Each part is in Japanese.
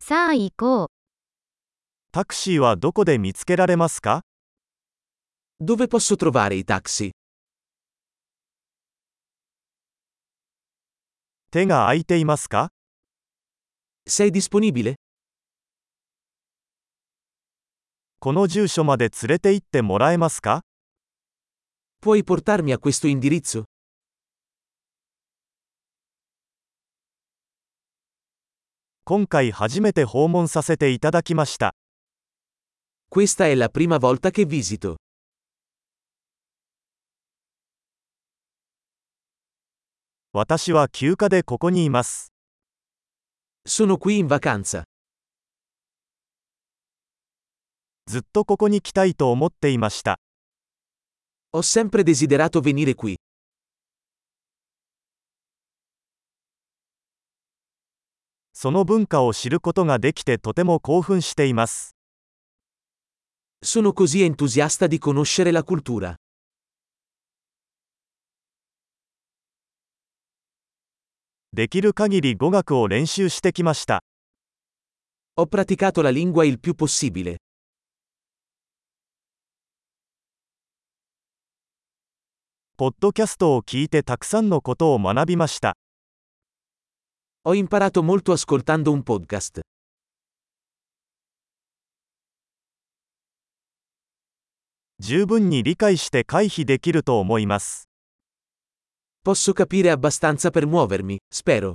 さあ行こう。タクシーはどこで見つけられますか Dove posso trovare i taxi? 手が空いていますか Sei disponibile? この住所まで連れて行ってもらえますか Puoi portarmi a questo indirizzo? 今回初めて訪問させていただきました。 Questa è la prima volta che visito. 私は休暇でここにいます。 Sono qui in vacanza. ずっとここに来たいと思っていました。 Ho sempre desiderato venire qui. その文化を知ることができてとても興奮しています。 Sono così entusiasta di conoscere la cultura. できる限り語学を練習してきました。 Ho praticato la lingua il più possibile. ポッドキャストを聞いてたくさんのことを学びました。 Ho imparato molto ascoltando un podcast. 十分に理解して回避できると思います。 Posso capire abbastanza per muovermi, spero.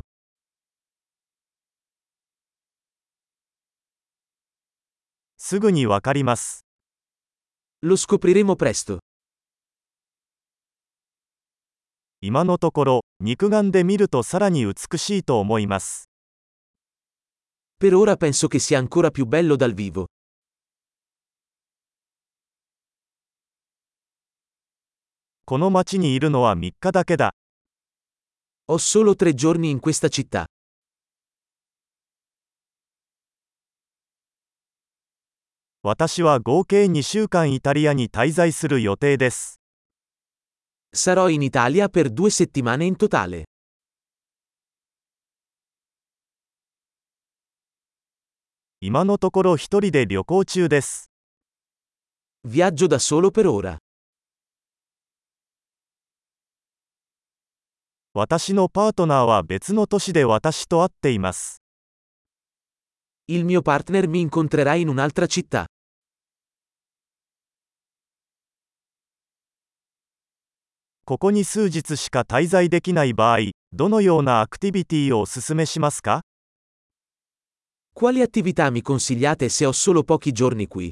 すぐにわかります。 Lo scopriremo presto. 今のところ、肉眼で見るとさらに美しいと思います。 Per ora penso che sia ancora più bello dal vivo. この町にいるのは3日だけだ。 Ho solo tre giorni in questa città. 私は合計2週間イタリアに滞在する予定です。 Sarò in Italia per due settimane in totale. 今のところ一人で旅行中です。 Viaggio da solo per ora. 私のパートナーは別の都市で私と会っています。 Il mio partner mi incontrerà in un'altra città. ここに数日しか滞在できない場合、どのようなアクティビティをお勧めしますか Quali attività mi consigliate se ho solo pochi giorni qui?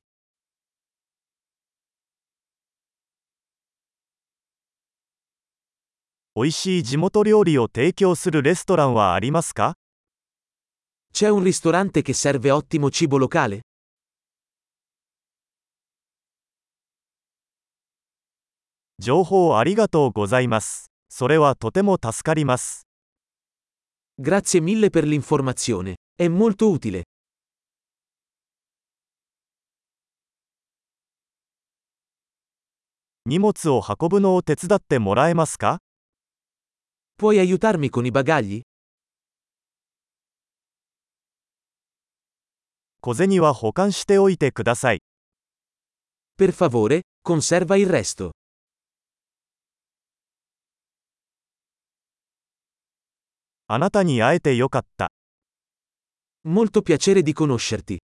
美味しい地元料理を提供するレストランはありますか C'è un ristorante che serve ottimo cibo locale? 情報ありがとうございます。それはとても助かります。 Grazie mille per l'informazione. È molto utile. 荷物を運ぶのを手伝ってもらえますか Puoi aiutarmi con i bagagli? 小銭は保管しておいてください。 Per favore, conserva il resto. あなたに会えてよかった。 Molto piacere di conoscerti.